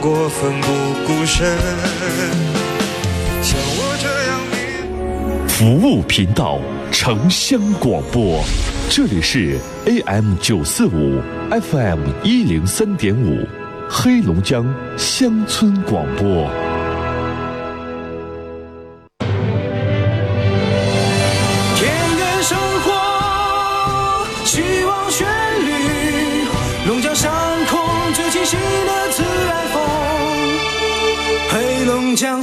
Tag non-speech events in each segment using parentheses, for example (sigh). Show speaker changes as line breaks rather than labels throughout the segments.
过奋不顾身。像我这样的。
服务频道城乡广播，这里是 AM 九四五 FM 一零三点五，黑龙江乡村广播。
田园生活，希望旋律，龙江上空最清新的自然风，黑龙江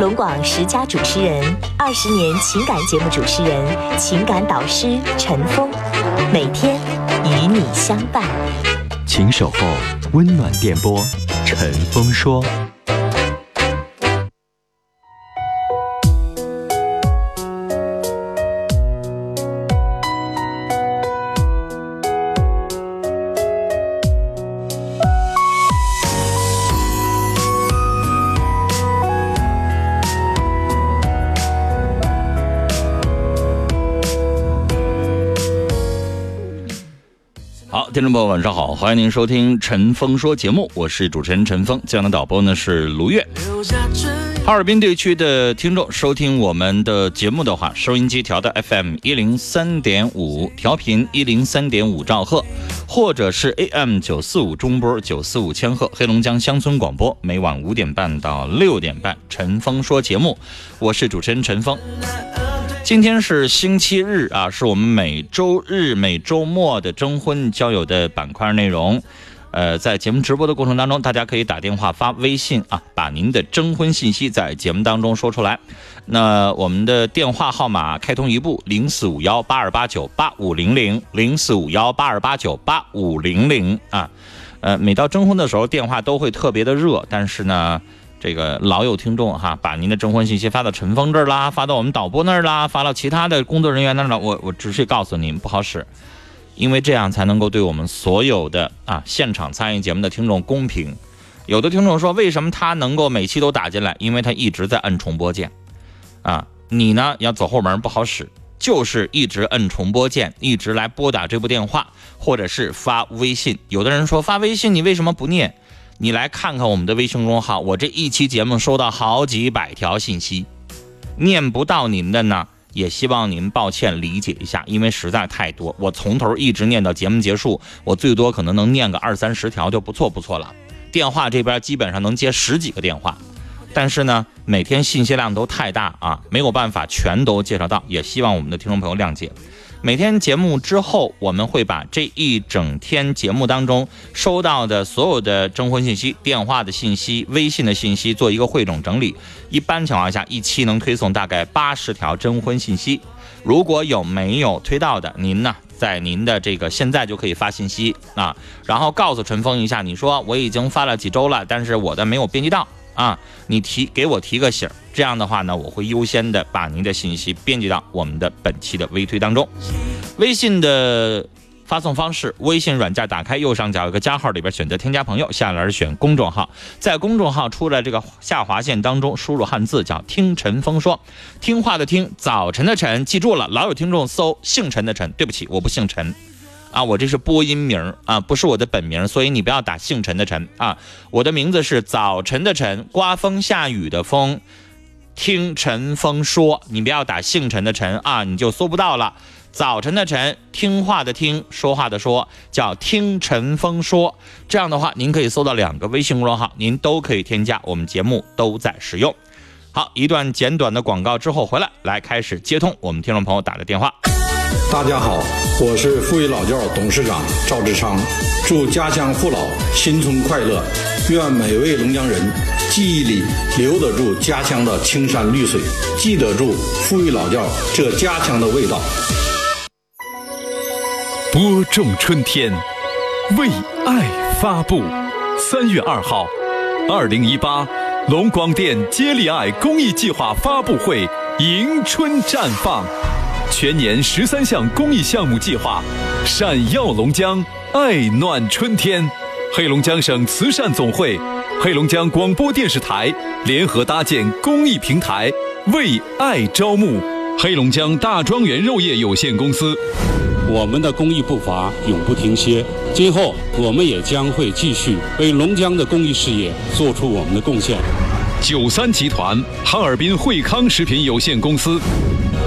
龙广十佳主持人，二十年情感节目主持人、情感导师陈峰，每天与你相伴。
请守候温暖电波，陈峰说。
好，听众朋友，晚上好，欢迎您收听《陈峰说》节目，我是主持人陈峰，今天的导播呢是卢月。哈尔滨地区的听众收听我们的节目的话，收音机调到 FM 一零三点五，调频一零三点五兆赫，或者是 AM 九四五中波九四五千赫，黑龙江乡村广播，每晚五点半到六点半，陈峰说节目，我是主持人陈峰。今天是星期日啊，是我们每周日、每周末的征婚交友的板块内容。呃，在节目直播的过程当中，大家可以打电话、发微信啊，把您的征婚信息在节目当中说出来。那我们的电话号码开通一部零四五幺八二八九八五零零零四五幺八二八九八五零零啊。呃，每到征婚的时候，电话都会特别的热，但是呢，这个老有听众哈，把您的征婚信息发到陈峰这儿啦，发到我们导播那儿啦，发到其他的工作人员那儿了，我我直接告诉您不好使，因为这样才能够对我们所有的啊现场参与节目的听众公平。有的听众说，为什么他能够每期都打进来？因为他一直在摁重播键，啊，你呢要走后门不好使，就是一直摁重播键，一直来拨打这部电话，或者是发微信。有的人说发微信你为什么不念？你来看看我们的微信公众号，我这一期节目收到好几百条信息，念不到您的呢，也希望您抱歉理解一下，因为实在太多，我从头一直念到节目结束，我最多可能能念个二三十条就不错不错了。电话这边基本上能接十几个电话，但是呢，每天信息量都太大啊，没有办法全都介绍到，也希望我们的听众朋友谅解。每天节目之后，我们会把这一整天节目当中收到的所有的征婚信息、电话的信息、微信的信息做一个汇总整理。一般情况下，一期能推送大概八十条征婚信息。如果有没有推到的，您呢，在您的这个现在就可以发信息啊，然后告诉陈峰一下，你说我已经发了几周了，但是我的没有编辑到啊，你提给我提个醒儿。这样的话呢，我会优先的把您的信息编辑到我们的本期的微推当中。微信的发送方式，微信软件打开右上角有个加号，里边选择添加朋友，下栏选公众号，在公众号出来这个下划线当中输入汉字叫“听陈峰说”，听话的听，早晨的晨，记住了，老有听众搜姓陈的陈，对不起，我不姓陈。啊，我这是播音名儿啊，不是我的本名儿，所以你不要打姓陈的陈啊。我的名字是早晨的晨，刮风下雨的风，听陈峰说，你不要打姓陈的陈啊，你就搜不到了。早晨的晨，听话的听，说话的说，叫听陈峰说。这样的话，您可以搜到两个微信公众号，您都可以添加，我们节目都在使用。好，一段简短的广告之后回来，来开始接通我们听众朋友打的电话。
大家好，我是富裕老窖董事长赵志昌，祝家乡父老新春快乐，愿每位龙江人记忆里留得住家乡的青山绿水，记得住富裕老窖这家乡的味道。
播种春天，为爱发布。三月二号，二零一八龙光电接力爱公益计划发布会迎春绽放，全年十三项公益项目计划，闪耀龙江，爱暖春天。黑龙江省慈善总会、黑龙江广播电视台联合搭建公益平台，为爱招募。黑龙江大庄园肉业有限公司。
我们的公益步伐永不停歇。今后，我们也将会继续为龙江的公益事业做出我们的贡献。
九三集团、哈尔滨惠康食品有限公司、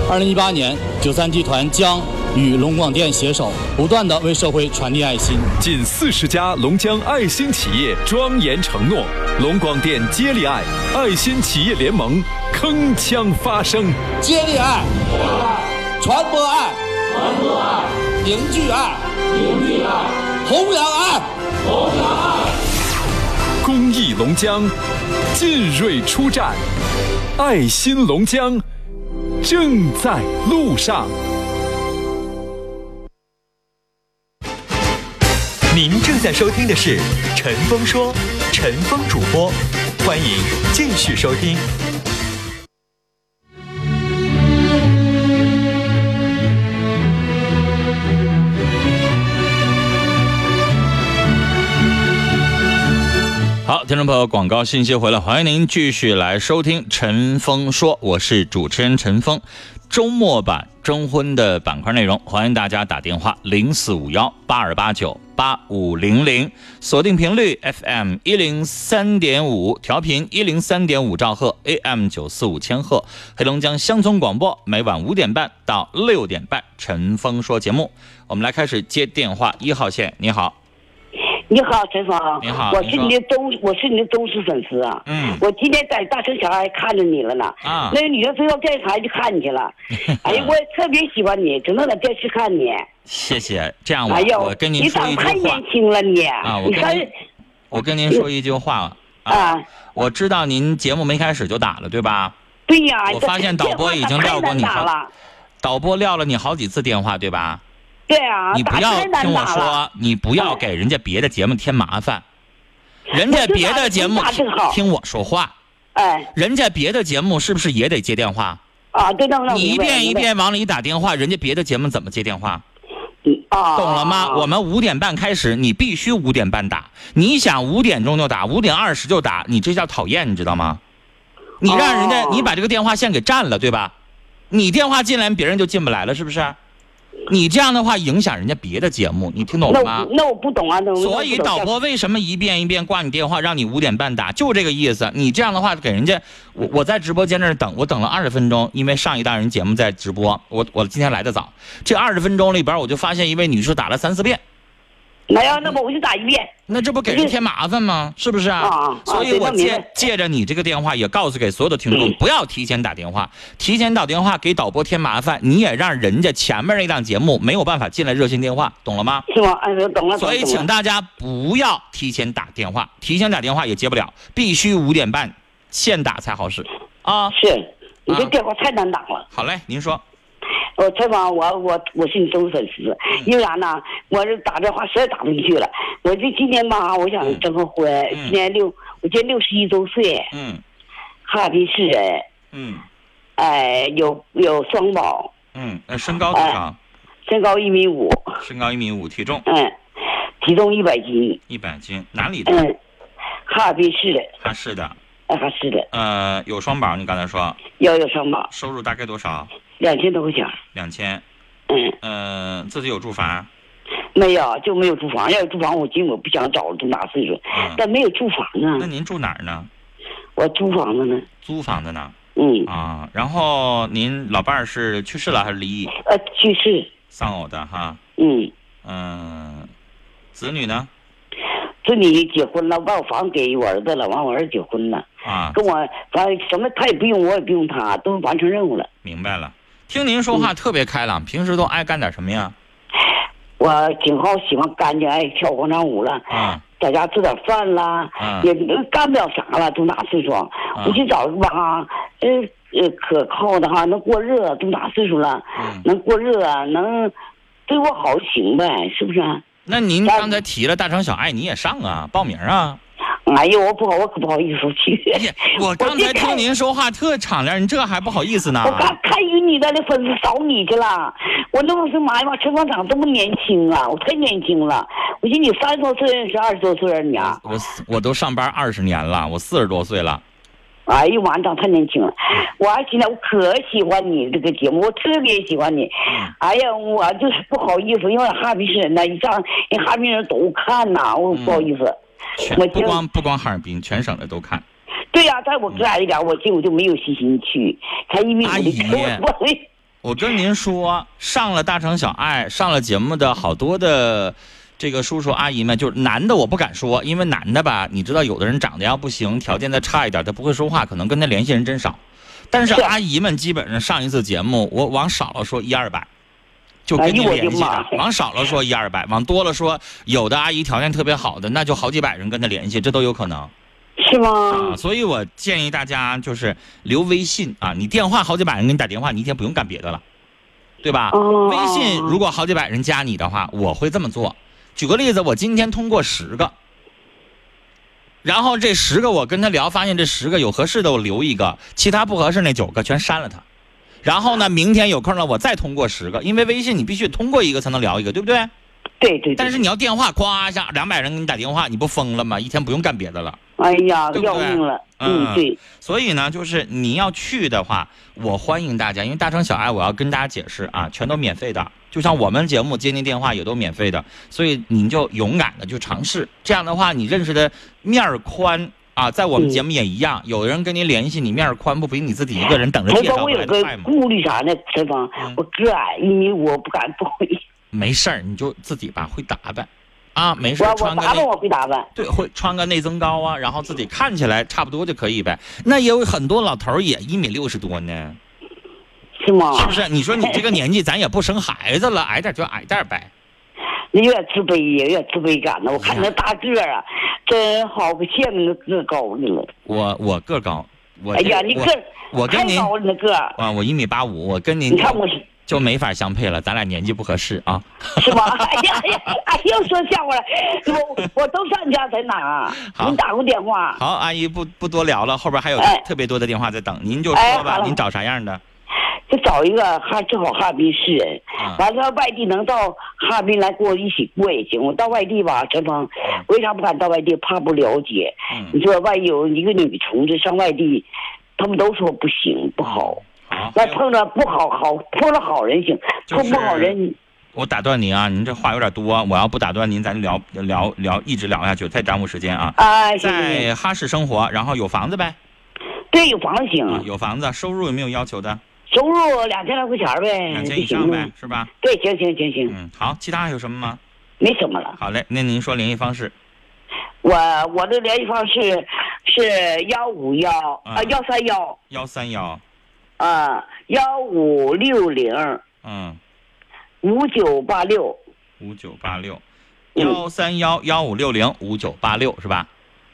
二零一八年，九三集团将与龙广电携手，不断的为社会传递爱心。
近四十家龙江爱心企业庄严承诺，龙广电接力爱，爱心企业联盟铿锵发声。
接力爱，传播爱，传播爱，凝聚爱，凝聚爱，弘扬爱。
公益龙江，进锐出战，爱心龙江正在路上。
您正在收听的是《陈峰说》，陈峰主播，欢迎继续收听。
好，听众朋友，广告信息回来，欢迎您继续来收听《陈峰说》，我是主持人陈峰。周末版征婚的板块内容，欢迎大家打电话零四五幺八二八九八五零零，锁定频率 FM 一零三点五，调频一零三点五兆赫，AM 九四五千赫，黑龙江乡村广播，每晚五点半到六点半，《陈峰说》节目，我们来开始接电话，一号线，你好，
你好，陈芳。
你好
我
你
是
说
你的忠，我是你的忠实粉丝啊。
嗯
我今天在大城小爱看着你了呢。
啊
那个女的非要电视台去看你
(laughs)
去了。哎呀，我特别喜欢你，整整在电视看你。
谢谢，这样我、
哎呦，
啊我跟您
你
说
长
一
太
句话
年。轻了你。
啊我
你
跟
看
您我跟您说一句话啊，
啊，
我知道您节目没开始就打了，对吧？
对呀。
我
这
发现导播已经
电话
撂过你
太难打
好
了。
导播撂了你好几次电话，对吧？
对啊，
你不
打
要
太难
听我
打了。
说，你不要给人家别的节目添麻烦。人家别的节目
我知道您打得好
听我说话，
哎
人家别的节目是不是也得接电话？
啊，对，那那我
你一
明白
遍一
明白
遍往里打电话，人家别的节目怎么接电话？
嗯啊，
懂了吗？我们五点半开始，你必须五点半打。你想五点钟就打，五点二十就打，你这叫讨厌，你知道吗？你让人家，
哦
你把这个电话线给占了，对吧？你电话进来，别人就进不来了，是不是？你这样的话影响人家别的节目，你听懂
那
了
我
吗
不？那我不懂啊，那我
所以
那我
导
不懂
播为什么一遍一遍挂你电话，让你五点半打，就这个意思。你这样的话给人家，我我在直播间那儿等，我等了二十分钟，因为上一档人节目在直播，我我今天来的早，这二十分钟里边我就发现一位女士打了三四遍，
那要那么我就打一遍。
那这不给人添麻烦吗？是不是啊
啊？
所以
对
我
那明白嗯
借借着你这个电话，也告诉给所有的听众，不要提前打电话，提前打电话给导播添麻烦，你也让人家前面那档节目没有办法进来热线电话，懂了吗？
是吗？哎，我懂了。
所以
懂了
请大家不要提前打电话，提前打电话也接不了，必须五点半现打才好使啊。
是，你这
啊
电话太难打了。
好嘞，您说，
我采访我我我是你忠实粉丝，
嗯
因为啥呢？我是打电话实在打不进去了。我这今年
嗯
吧，我想征个婚，今年六，我今年六十一周岁，
嗯
哈尔滨市人，
嗯
哎，有有双保，
嗯，那身高多少？
身高一米五，
身高一米五，体重
嗯，体重一百斤，
一百斤，哪里的？
嗯，哈尔滨市的，
啊，是的，
哎，哈市的，
呃，有双保，你刚才说
要有双保，
收入大概多少？
两千多块钱，
两千，
嗯，
嗯，自己有住房，
没有就没有住房，要有住房我今我不想找了，都大岁数
嗯，
但没有住房
那
啊，
您住哪儿呢？
我租房子呢，
租房子呢？
嗯，
啊，然后您老伴儿是去世了还是离异？
呃，去世，
丧偶的哈，
嗯。
嗯、子女呢？
这你结婚了，把我房给我儿子了，完我儿子结婚了，
啊
跟我反正什么他也不用，我也不用他，都完成任务了。
明白了。听您说话
嗯
特别开朗，平时都爱干点什么呀？
我挺好，喜欢干净，爱跳广场舞了，
啊，
在家做点饭啦，
嗯
也干不了啥了，都哪岁数？
啊
我去找个吧哈，呃呃，可靠的哈，能过日子，都哪岁数了，
嗯
能过日子，能对我好行呗，是不啊是？
那您刚才提了大城小爱，你也上啊，报名啊。哎
哎呦，我不好，我可不好意思去。
我刚才听您说话特敞亮，你这还不好意思呢
我？刚看晕你的那粉丝找你去了，我那我说妈呀妈，陈广场这么年轻啊，我太年轻了，我寻思你三十多岁认识二十多岁了你啊，
我我都上班二十年了，我四十多岁了。
哎呦妈，你长太年轻了，我还寻思我可喜欢你这个节目，我特别喜欢你，哎呀，我就是不好意思，因为哈尔滨市人呢，一上人哈尔滨人都看呐、我不好意思，
全
我
不
今儿
光不光哈尔滨，全省的都看。
对呀、在我个矮一点，我这我就没有信心去，才一米五的
姨，
我我
我跟您说，上了大城小爱，上了节目的好多的这个叔叔阿姨们，就是男的我不敢说，因为男的吧，你知道有的人长得要不行，条件再差一点，他不会说话，可能跟他联系人真少。但是阿姨们基本上上一次节目，我往少了说一二百，就跟
哎
你
呦我的
联系
妈
的，往少了说一二百，往多了说，有的阿姨条件特别好的，那就好几百人跟他联系，这都有可能。
是吗？
啊，所以我建议大家就是留微信啊，你电话好几百人给你打电话，你一天不用干别的了，对吧？
哦
微信如果好几百人加你的话，我会这么做。举个例子，我今天通过十个，然后这十个我跟他聊，发现这十个有合适的我留一个，其他不合适那九个全删了他。然后呢，明天有空了我再通过十个，因为微信你必须通过一个才能聊一个，对不对？
对对。
但是你要电话，咵一下两百人给你打电话，你不疯了吗？一天不用干别的了。
哎呀，
对不对
要命了，嗯，对，。
所以呢，就是你要去的话，我欢迎大家，因为大城小爱，我要跟大家解释啊，全都免费的，就像我们节目接听电话也都免费的，所以你就勇敢的去尝试，这样的话，你认识的面儿宽。啊，在我们节目也一样，有的人跟您联系，你面儿宽，不比你自己一个人等着
陈
介
芳，
绍
我
来
有
的
个
快吗？嗯
顾虑啥呢？陈芳，我个矮一米五，我不敢不会。
没事儿，你就自己吧，会打扮，啊，没事
我
儿，
我
穿个
打
那
扮我会打扮，
对，会穿个内增高啊，然后自己看起来差不多就可以呗。那也有很多老头儿也一米六十多呢，
是吗？
是不是？你说你这
(laughs)
个年纪，咱也不生孩子了，矮点儿就矮点儿呗。
你有点自卑，有点自卑感呢。我看你那大个儿啊，
嗯
真好，我羡慕你那个高的了。
我我个高，我
哎呀，
这
你个儿
我我跟
太
您
高了，那个儿
啊，我一米八五，我跟您
你看我是
就没法相配了，咱俩年纪不合适啊。
是吧？
(laughs)
哎呀哎呀，哎又说笑话了，我我都上你家在哪儿？啊
好
你打过电话？啊
好，阿姨不不多聊了，后边还有
哎
特别多的电话在等，您就
哎
说吧
好，了
您找啥样的？
就找一个哈，正好哈尔滨市人，
啊
完了外地能到哈尔滨来跟我一起过也行。我到外地吧，陈芳，
啊
为啥不敢到外地？怕不了解。
嗯
你说万一有一个女同志上外地，他们都说不行不好。那碰着不好好碰着好人行，
嗯就
碰不好人
我打断您啊，您这话有点多，我要不打断您，咱就聊聊聊一直聊下去，太耽误时间啊。
哎，行行行
在哈市生活，然后有房子呗，
对有房子行，
啊有房子，收入有没有要求的？
收入两千来块钱儿呗，
两
就
千以上
行
呗
了，。
是吧？
对，行行行行，
嗯，好，其他还有什么吗？
没什么了。
好嘞，那您说联系方式，
我我的联系方式是幺五幺
嗯
啊幺三幺。
幺三幺，
啊，幺五六零
嗯，
五九八六，
五九八六，幺三幺幺五六零五九八六是吧？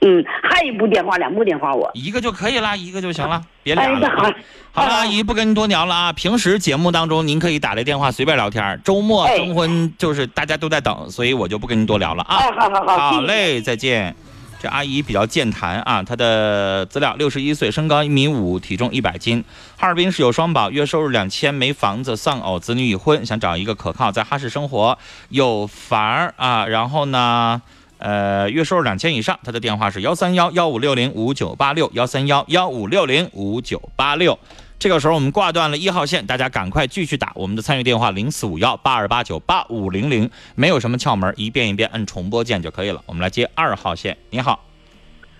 嗯，还有一部电话，两部电话我。
一个就可以啦，一个就行了，别
哎
俩
那
了。
(laughs) 好
好了，阿姨不跟您多聊了啊。平时节目当中您可以打来电话随便聊天儿，周末
哎
征婚就是大家都在等，所以我就不跟您多聊了啊。
哎好好好谢谢
嘞，再见。这阿姨比较健谈啊，她的资料：六十一岁，身高一米五，体重一百斤，哈尔滨市有双保，月收入两千，没房子，丧偶，子女已婚，想找一个可靠，在哈市生活，有房儿啊，然后呢？呃，月收入两千以上，她的电话是幺三幺幺五六零五九八六幺三幺幺五六零五九八六。这个时候我们挂断了一号线，大家赶快继续打我们的参与电话零四五幺八二八九八五零零，没有什么窍门，一遍一遍摁重播键就可以了。我们来接二号线，你好，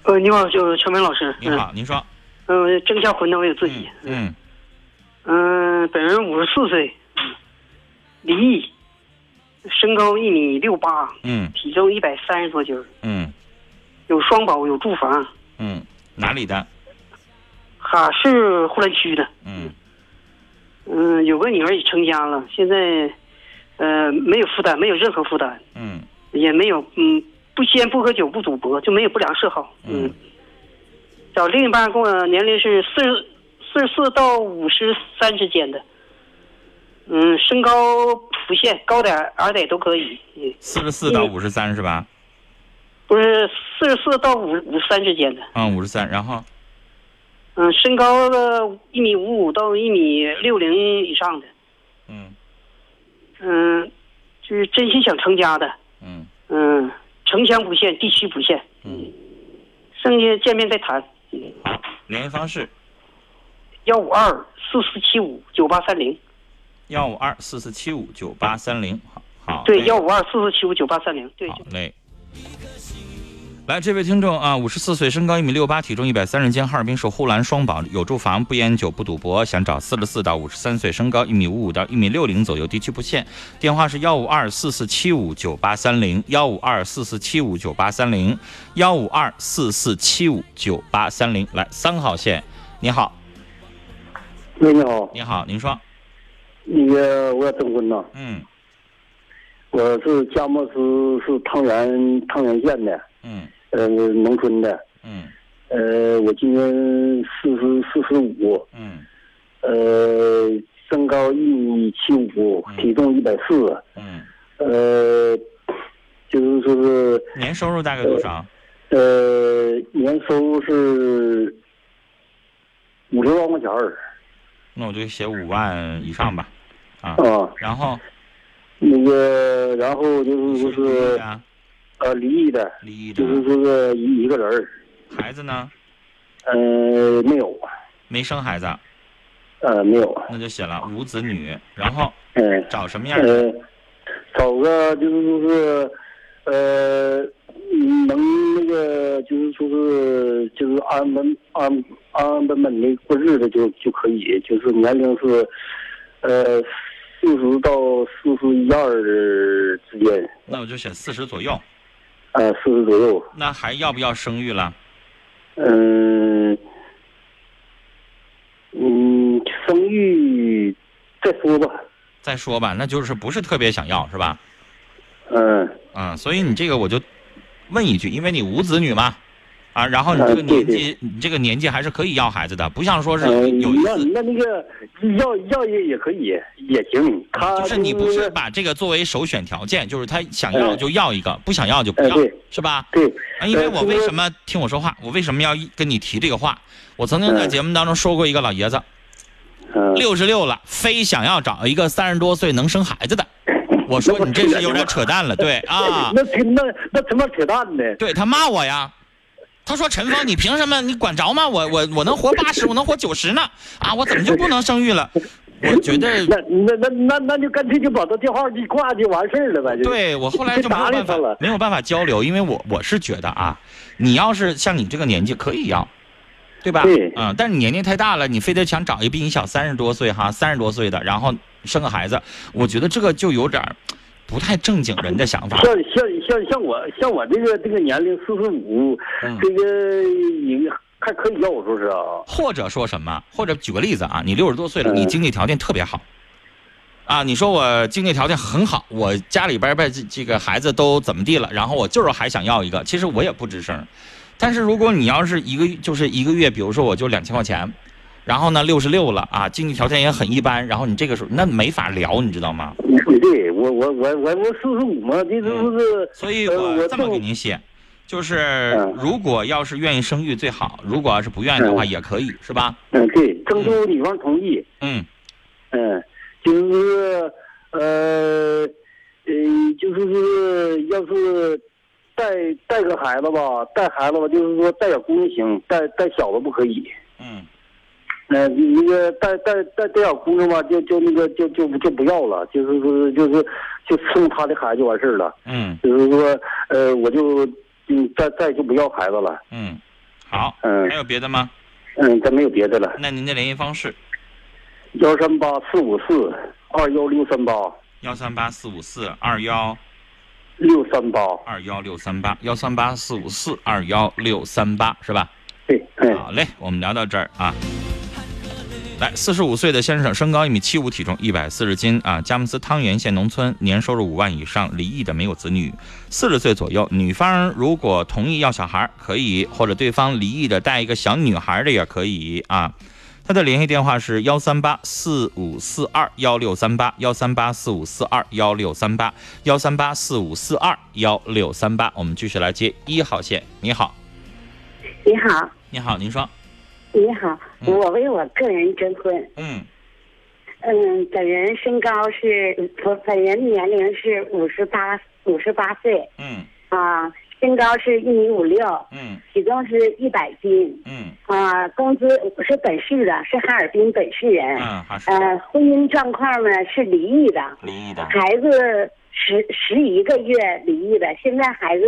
呃，你好，就是陈明老师。
你好，您说，
嗯，呃，这个下混的我有自己。
嗯，
嗯、本人五十四岁，离异，身高一米六八，
嗯
体重一百三十多斤儿，
嗯
有双保，有住房。
嗯，哪里的？
哈市呼兰区的。
嗯
嗯，有个女儿已成家了，现在呃没有负担，没有任何负担，
嗯
也没有嗯不吸烟不喝酒不赌博，就没有不良嗜好。
嗯
找另一半跟我年龄是四十四十四到五十三之间的，嗯，身高不限，高点儿矮点儿都可以，嗯，
四十四到五十三是吧？
不是四十四到五五十三之间的，
嗯，五十三。然后
嗯，身高的一米五五到一米六零以上的，
嗯
嗯，就是真心想成家的，
嗯
嗯，城乡不限，地区不限，
嗯，
剩下见面再谈，
联系方式
幺五二四四七五九八三零，
幺五二四四七五九八三零。好，好
对，
嘞
幺五二四四七五九八三零，对，
好嘞。来，这位听众啊，五十四岁，身高一米六八，体重一百三十斤，哈尔滨市呼兰双保，有住房，不烟酒，不赌博，想找四十四到五十三岁，身高一米五五到一米六零左右，地区不限。电话是幺五二四四七五九八三零，幺五二四四七五九八三零，幺五二四四七五九八三零。来，三号线，你好，
喂，你好，
你好，您说，
那个我要征婚呐，
嗯
我是佳木斯，是汤原汤原县的，
嗯
呃，农村的，
嗯
呃，我今年四十四十五，
嗯
呃，身高一米七五，体重一百四，
嗯，
呃，就是说是
年收入大概多少？
呃，年收入是五六万块钱儿
那我就写五万以上吧，啊，
啊，
然后
那个，然后就是说是
啊，
呃，离异的，
离异的
就是说是一一个人儿，
孩子呢？
呃，没有，
没生孩子啊，
呃，没有，
那就写了无子女。然后
嗯，
找什么样的？
呃，找个就是说是，呃，能那个就是说是就是安安稳安安安稳稳的过日子就就可以，就是年龄是，呃，四十到四十一二之间，
那我就写四十左右。
呃，四十左右，
那还要不要生育了？
嗯，嗯，生育再说吧，
再说吧，那就是不是特别想要是吧？
嗯，
嗯，所以你这个我就问一句，因为你无子女嘛，啊，然后你这个年纪，你这个年纪还是可以要孩子的，不像说是
呃，
有一
那
次，
那那个要要也也可以，也行。他
就是你不
那
是
个
把这个作为首选条件，就是他想要就要一个，不想要就不
哎
要
呃对，
是吧？
对
啊，因为
呃
我
就是
为
说
什么听我说话，我为什么要一跟你提这个话？我曾经在
嗯，
节目当中说过一个老爷子，六十六了，非想要找一个三十多岁能生孩子的。我说你这是有点扯淡了，对啊
(laughs) 那挺那那他妈扯淡呢。
对他骂我呀，他说陈芳，你凭什么？你管着吗？我我我能活八十，我能活九十呢，啊，我怎么就不能生育了？我觉得
(laughs) 那那那那那就干脆就把他电话一挂就完事儿了呗。就
对我后来就没有
搭理
办
他
法
了。
没有办法交流，因为我我是觉得啊，你要是像你这个年纪可以要，对吧？
对
啊、但是你年纪太大了，你非得想找一个比你小三十多岁哈，三十多岁的，然后生个孩子，我觉得这个就有点儿不太正经人的想法。
像像像像我像我这个这个年龄四十五，
嗯
这个你还可以要，我说是啊。嗯
或者说什么，或者举个例子啊，你六十多岁了，你经济条件特别好，啊，你说我经济条件很好，我家里边儿呗这这个孩子都怎么地了，然后我就是还想要一个，其实我也不吱声，但是如果你要是一个就是一个月，比如说我就两千块钱，然后呢六十六了啊，经济条件也很一般，然后你这个时候那没法聊，你知道吗？
对，我我我我我四十五嘛，这就是
嗯
嗯
所以
呃
我
我
这么给您写，就是如果要是愿意生育最好，如果要是不愿意的话也可以，是吧？
嗯，对，征求女方同意。
嗯
嗯，就是呃呃，就是是要是带带个孩子吧，带孩子吧，就是说带小姑娘行，带带小子不可以。
嗯。
呃，那个带带带带小姑娘吧，就就那个就就就不要了，就是说就是就送他的孩子就完事儿了，
嗯
就是说呃，我就嗯再再就不要孩子了，
嗯，好，
嗯
还有别的吗？
嗯，再没有别的了。
那您的联系方式
幺三八四五四二幺六三八
幺三八四五四二幺
六三八，
二幺六三八幺三八四五四二幺六三八是吧？
对，
哎
嗯
好嘞，我们聊到这儿啊。来，四十五岁的先生，身高一米七五，体重一百四十斤啊，佳木斯汤原县农村，年收入五万以上，离异的，没有子女，四十岁左右。女方如果同意要小孩，可以，或者对方离异的带一个小女孩的也可以啊。他的联系电话是幺三八四五四二幺六三八幺三八四五四二幺六三八幺三八四五四二幺六三八。我们继续来接一号线。你好，
你好，
你好，您说，
嗯你好，我为我个人征婚。
嗯
嗯，本人身高是不，本人年龄是五十八五十八岁
嗯
啊，身高是一米五六，
嗯
体重是一百斤
嗯
啊，工资我是本市的，是哈尔滨本市人。
嗯，还是
呃，婚姻状况呢是离异的，
离异的，
孩子十十一个月离异的，现在孩子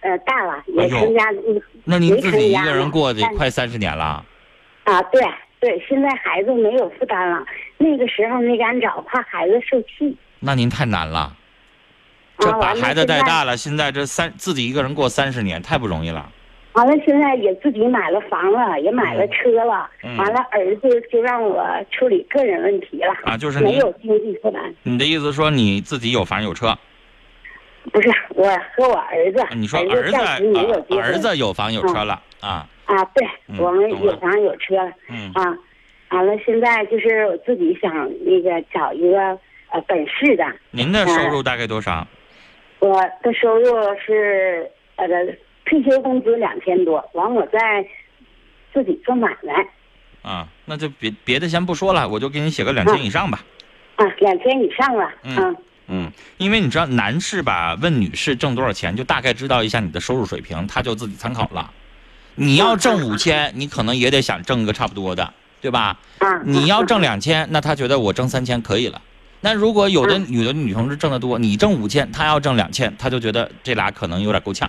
呃大了，
哎
也
呦
成家，嗯
那您自己一个
没成
人
家
过得
但
快三十年了，
啊，对对，现在孩子没有负担了，那个时候没敢找，怕孩子受气。
那您太难了。这
啊，
把
完了
孩子带大
了，
了，现在这三自己一个人过三十年太不容易了。
完了现在也自己买了房了，也买了车了，
嗯
完了儿子就让我处理个人问题了，
啊就是
没
您
有经济负担，
你的意思说你自己有房有车？
不是我和我儿子，
啊你说
儿
儿子
哎暂时没有结
啊
婚，
儿子有房有车了啊？
啊，对，
嗯
我们
懂
有
了
房有车了，
嗯
啊，完了现在就是我自己想那个找一个呃本市的，
您的
嗯
收入大概多少？
我的收入是呃退休工资两千多，完我再自己做买卖
啊，那就别别的先不说了，我就给你写个两
嗯
千以上吧。
啊，两千以上了，
嗯
啊
嗯，因为你知道男士吧，问女士挣多少钱，就大概知道一下你的收入水平，他就自己参考了。你要
嗯
挣五千，你可能也得想挣个差不多的，对吧？
啊
你要挣两千，那他觉得我挣三千可以了。那如果有
嗯
的女的女同志挣得多，你挣五千，她要挣两千，她就觉得这俩可能有点够呛，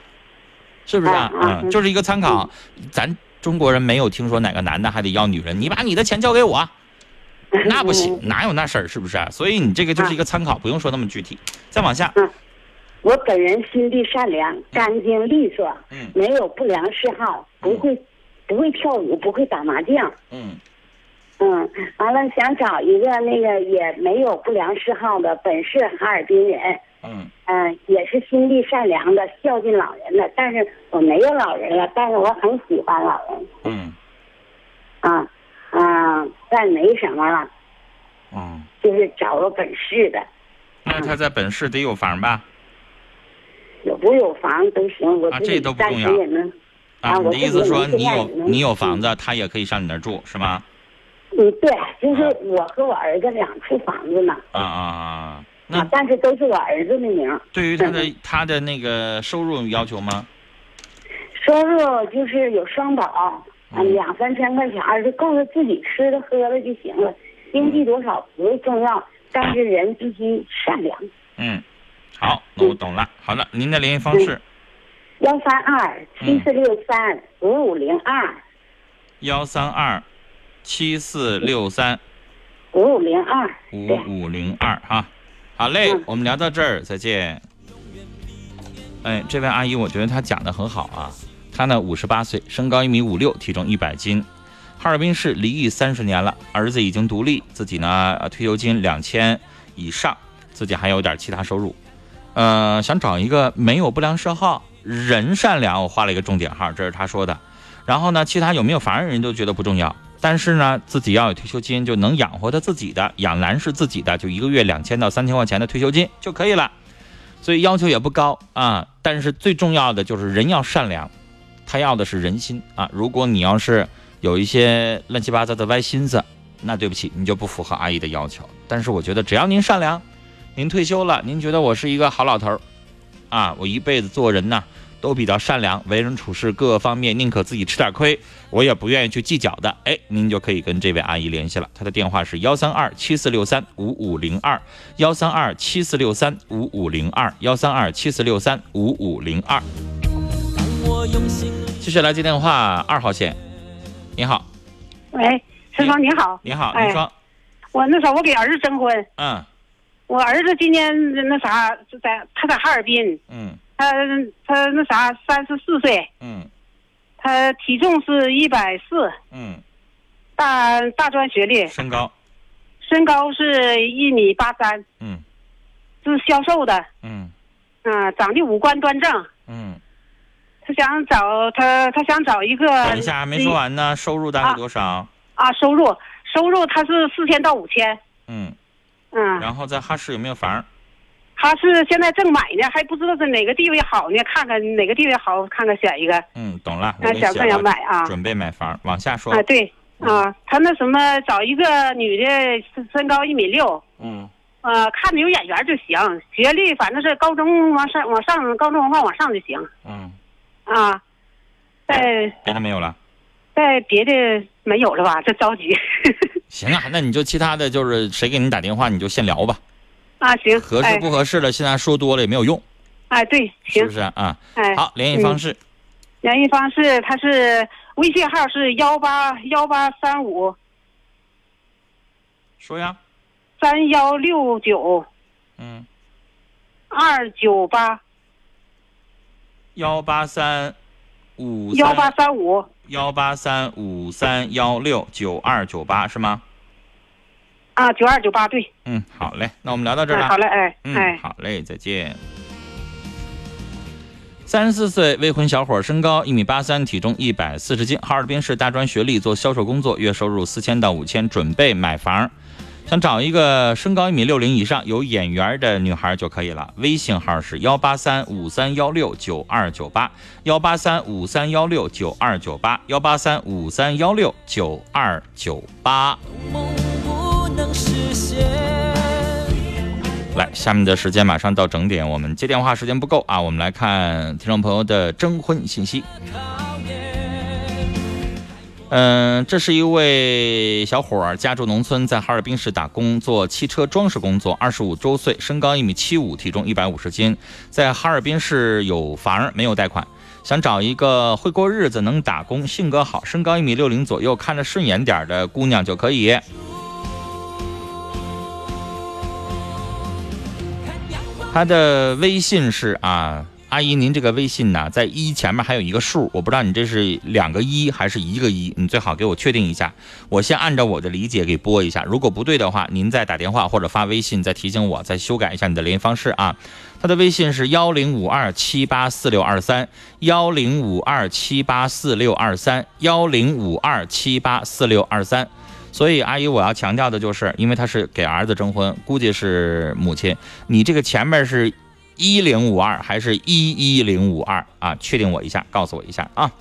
是不是啊？嗯，就是一个参考。咱中国人没有听说哪个男的还得要女人，你把你的钱交给
(laughs)
我，啊那不行，哪有那事儿，是不是、啊？所以你这个就是一个参考，不用说那么具体。再往下，
我本人心地善良、干净利索，
嗯
没有不良嗜好，不会、不会跳舞，不会打麻将，
嗯
嗯，完了想找一个那个也没有不良嗜好的，本市哈尔滨人，
嗯
嗯、也是心地善良的，孝敬老人的。但是我没有老人了，但是我很喜欢老人
嗯
啊，啊，但没什么了，
嗯，
就是找个本市的，
那他在本市得有房吧？
有不有房都行，我
啊
自
这
己
都不
暂
重
时
要
也能。
啊，你
我
的意思说
自己
你
也
有
能现在也能
你有房子，他也可以上你那儿住，是吗？
嗯，对，就是我和我儿子两处房子呢，
啊啊啊！
啊，但是都是我儿子的名儿。
对于他的他的那个收入有要求吗？
收入就是有双保，啊，两三千块钱儿就够了自己吃的喝的就行了，经济多少不重要，但是人必须善良。
嗯，好，那我懂了。好了，您的联系方式
幺三二七四六三五五零二
幺三二七四六三
五五零二，
五五零二哈。好嘞，我们聊到这儿，再见。哎，这位阿姨，我觉得她讲的很好啊。她呢，五十八岁，身高一米五六，体重一百斤，哈尔滨市离异三十年了，儿子已经独立，自己呢呃退休金两千以上，自己还有点其他收入。呃，想找一个没有不良嗜好、人善良，我画了一个重点号，这是他说的。然后呢，其他有没有法人人都觉得不重要，但是呢，自己要有退休金，就能养活他自己的，养男是自己的，就一个月两千到三千块钱的退休金就可以了。所以要求也不高啊，但是最重要的就是人要善良，他要的是人心啊。如果你要是有一些乱七八糟的歪心思，那对不起，你就不符合阿姨的要求。但是我觉得只要您善良，您退休了，您觉得我是一个好老头儿，啊，我一辈子做人呢都比较善良，为人处事各方面宁可自己吃点亏，我也不愿意去计较的。哎，您就可以跟这位阿姨联系了，她的电话是幺三二七四六三五五零二，幺三二七四六三五五零二，幺三二七四六三五五零二。继续来接电话，二号线，你好，
喂，陈芳你好，
你好，您
哎
说，、
我那啥，我给儿子征婚，
嗯
我儿子今年那啥在他在哈尔滨，
嗯
他他那啥三十四岁，
嗯
他体重是一百四，
嗯
大大专学
哎
历，
身高，
身高是一米八三，
嗯，
是消瘦的，
嗯
嗯，长得五官端正。
嗯，
他想找他，他想找一个。
呃
等一下啊没说完呢，收入大概多少？
啊，收入收入他是四千到五千，
嗯，
嗯，
然后在哈市有没有房？
他是现在正买呢，还不知道是哪个地位好呢，看看哪个地位好，看看选一个。
嗯，懂了，我
那
给
想
写
不想
了
买啊
准备买房，往下说。
啊，对
嗯
啊，他那什么找一个女的，身高一米六，
嗯
呃，看着有眼缘就行，学历反正是高中往上往上，高中文化往上就行
嗯，
啊。在
别的没有了。
在别的没有了吧？这着急 (laughs)
行啊，那你就其他的就是谁给你打电话你就先聊吧，
啊，行，
合适不合适了，现在说多了也没有用，
哎？哎，对，
是
行
不，是啊？
哎，
好，联系
嗯
方式，
联系方式，他是微信号是幺八幺八三五
说呀，
三幺六九
嗯，
二九八
幺八三五
幺八三五，
幺八三五三幺六九二九八是吗？
啊，九二九八，对，
嗯，好嘞，那我们聊到这儿了。
哎好嘞哎
嗯
哎，
好嘞，再见。三十四岁未婚小伙，身高一米八三，体重一百四十斤，哈尔滨市大专学历，做销售工作，月收入四千到五千，准备买房，想找一个身高一米六零以上、有眼缘的女孩就可以了。微信号是幺八三五三幺六九二九八，幺八三五三幺六九二九八，幺八三五三幺六九二九八。
不能实现。
来，下面的时间马上到整点，我们接电话时间不够啊，我们来看听众朋友的征婚信息。嗯、这是一位小伙儿，家住农村，在哈尔滨市打工，做汽车装饰工作，二十五周岁，身高一米七五，体重一百五十斤，在哈尔滨市有房，没有贷款，想找一个会过日子、能打工、性格好、身高一米六零左右、看着顺眼点儿的姑娘就可以。他的微信是啊，阿姨，您这个微信呐，在一前面还有一个数，我不知道你这是两个一还是一个一，你最好给我确定一下。我先按照我的理解给拨一下，如果不对的话，您再打电话或者发微信再提醒我，再修改一下你的联系方式啊。他的微信是幺零五二七八四六二三，幺零五二七八四六二三，幺零五二七八四六二三。所以，阿姨，我要强调的就是，因为他是给儿子征婚，估计是母亲，你这个前面是一零五二还是一一零五二啊？确定我一下，告诉我一下啊。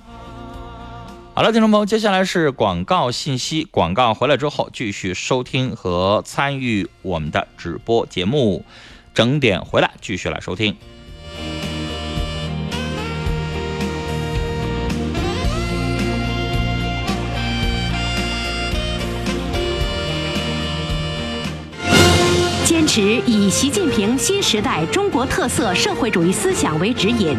好了，听众朋友，接下来是广告信息。广告回来之后，继续收听和参与我们的直播节目。整点回来继续来收听。
坚持以习近平新时代中国特色社会主义思想为指引，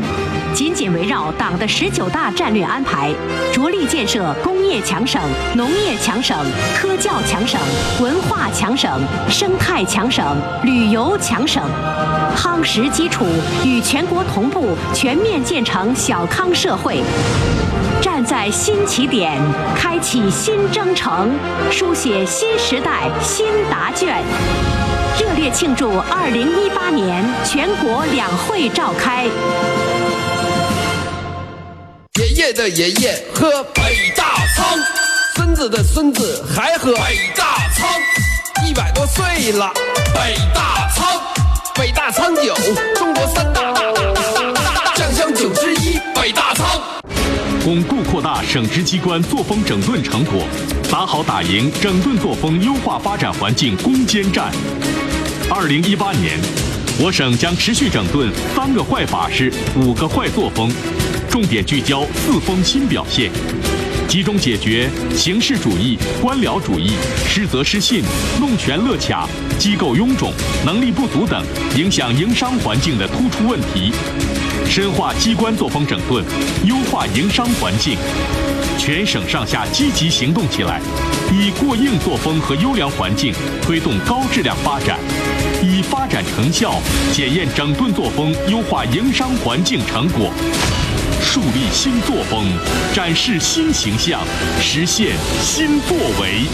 紧紧围绕党的十九大战略安排，着力建设工业强省、农业强省、科教强省、文化强省、生态强省、旅游强省，夯实基础，与全国同步全面建成小康社会。站在新起点，开启新征程，书写新时代新答卷。热烈庆祝二零一八年全国两会召开。
爷爷的爷爷喝北大仓，孙子的孙子还喝北大仓，一百多岁了，北大仓，北大仓酒，中国三大大大大大大大酱香酒之一，北大仓。
巩固扩大省直机关作风整顿成果，打好打赢整顿作风优化发展环境攻坚战。二零一八年，我省将持续整顿三个坏法式、五个坏作风，重点聚焦四风新表现，集中解决形式主义、官僚主义、失责失信、弄权乐卡、机构臃肿、能力不足等影响营商环境的突出问题。深化机关作风整顿，优化营商环境。全省上下积极行动起来，以过硬作风和优良环境推动高质量发展，以发展成效检验整顿作风、优化营商环境成果。树立新作风，展示新形象，实现新作为。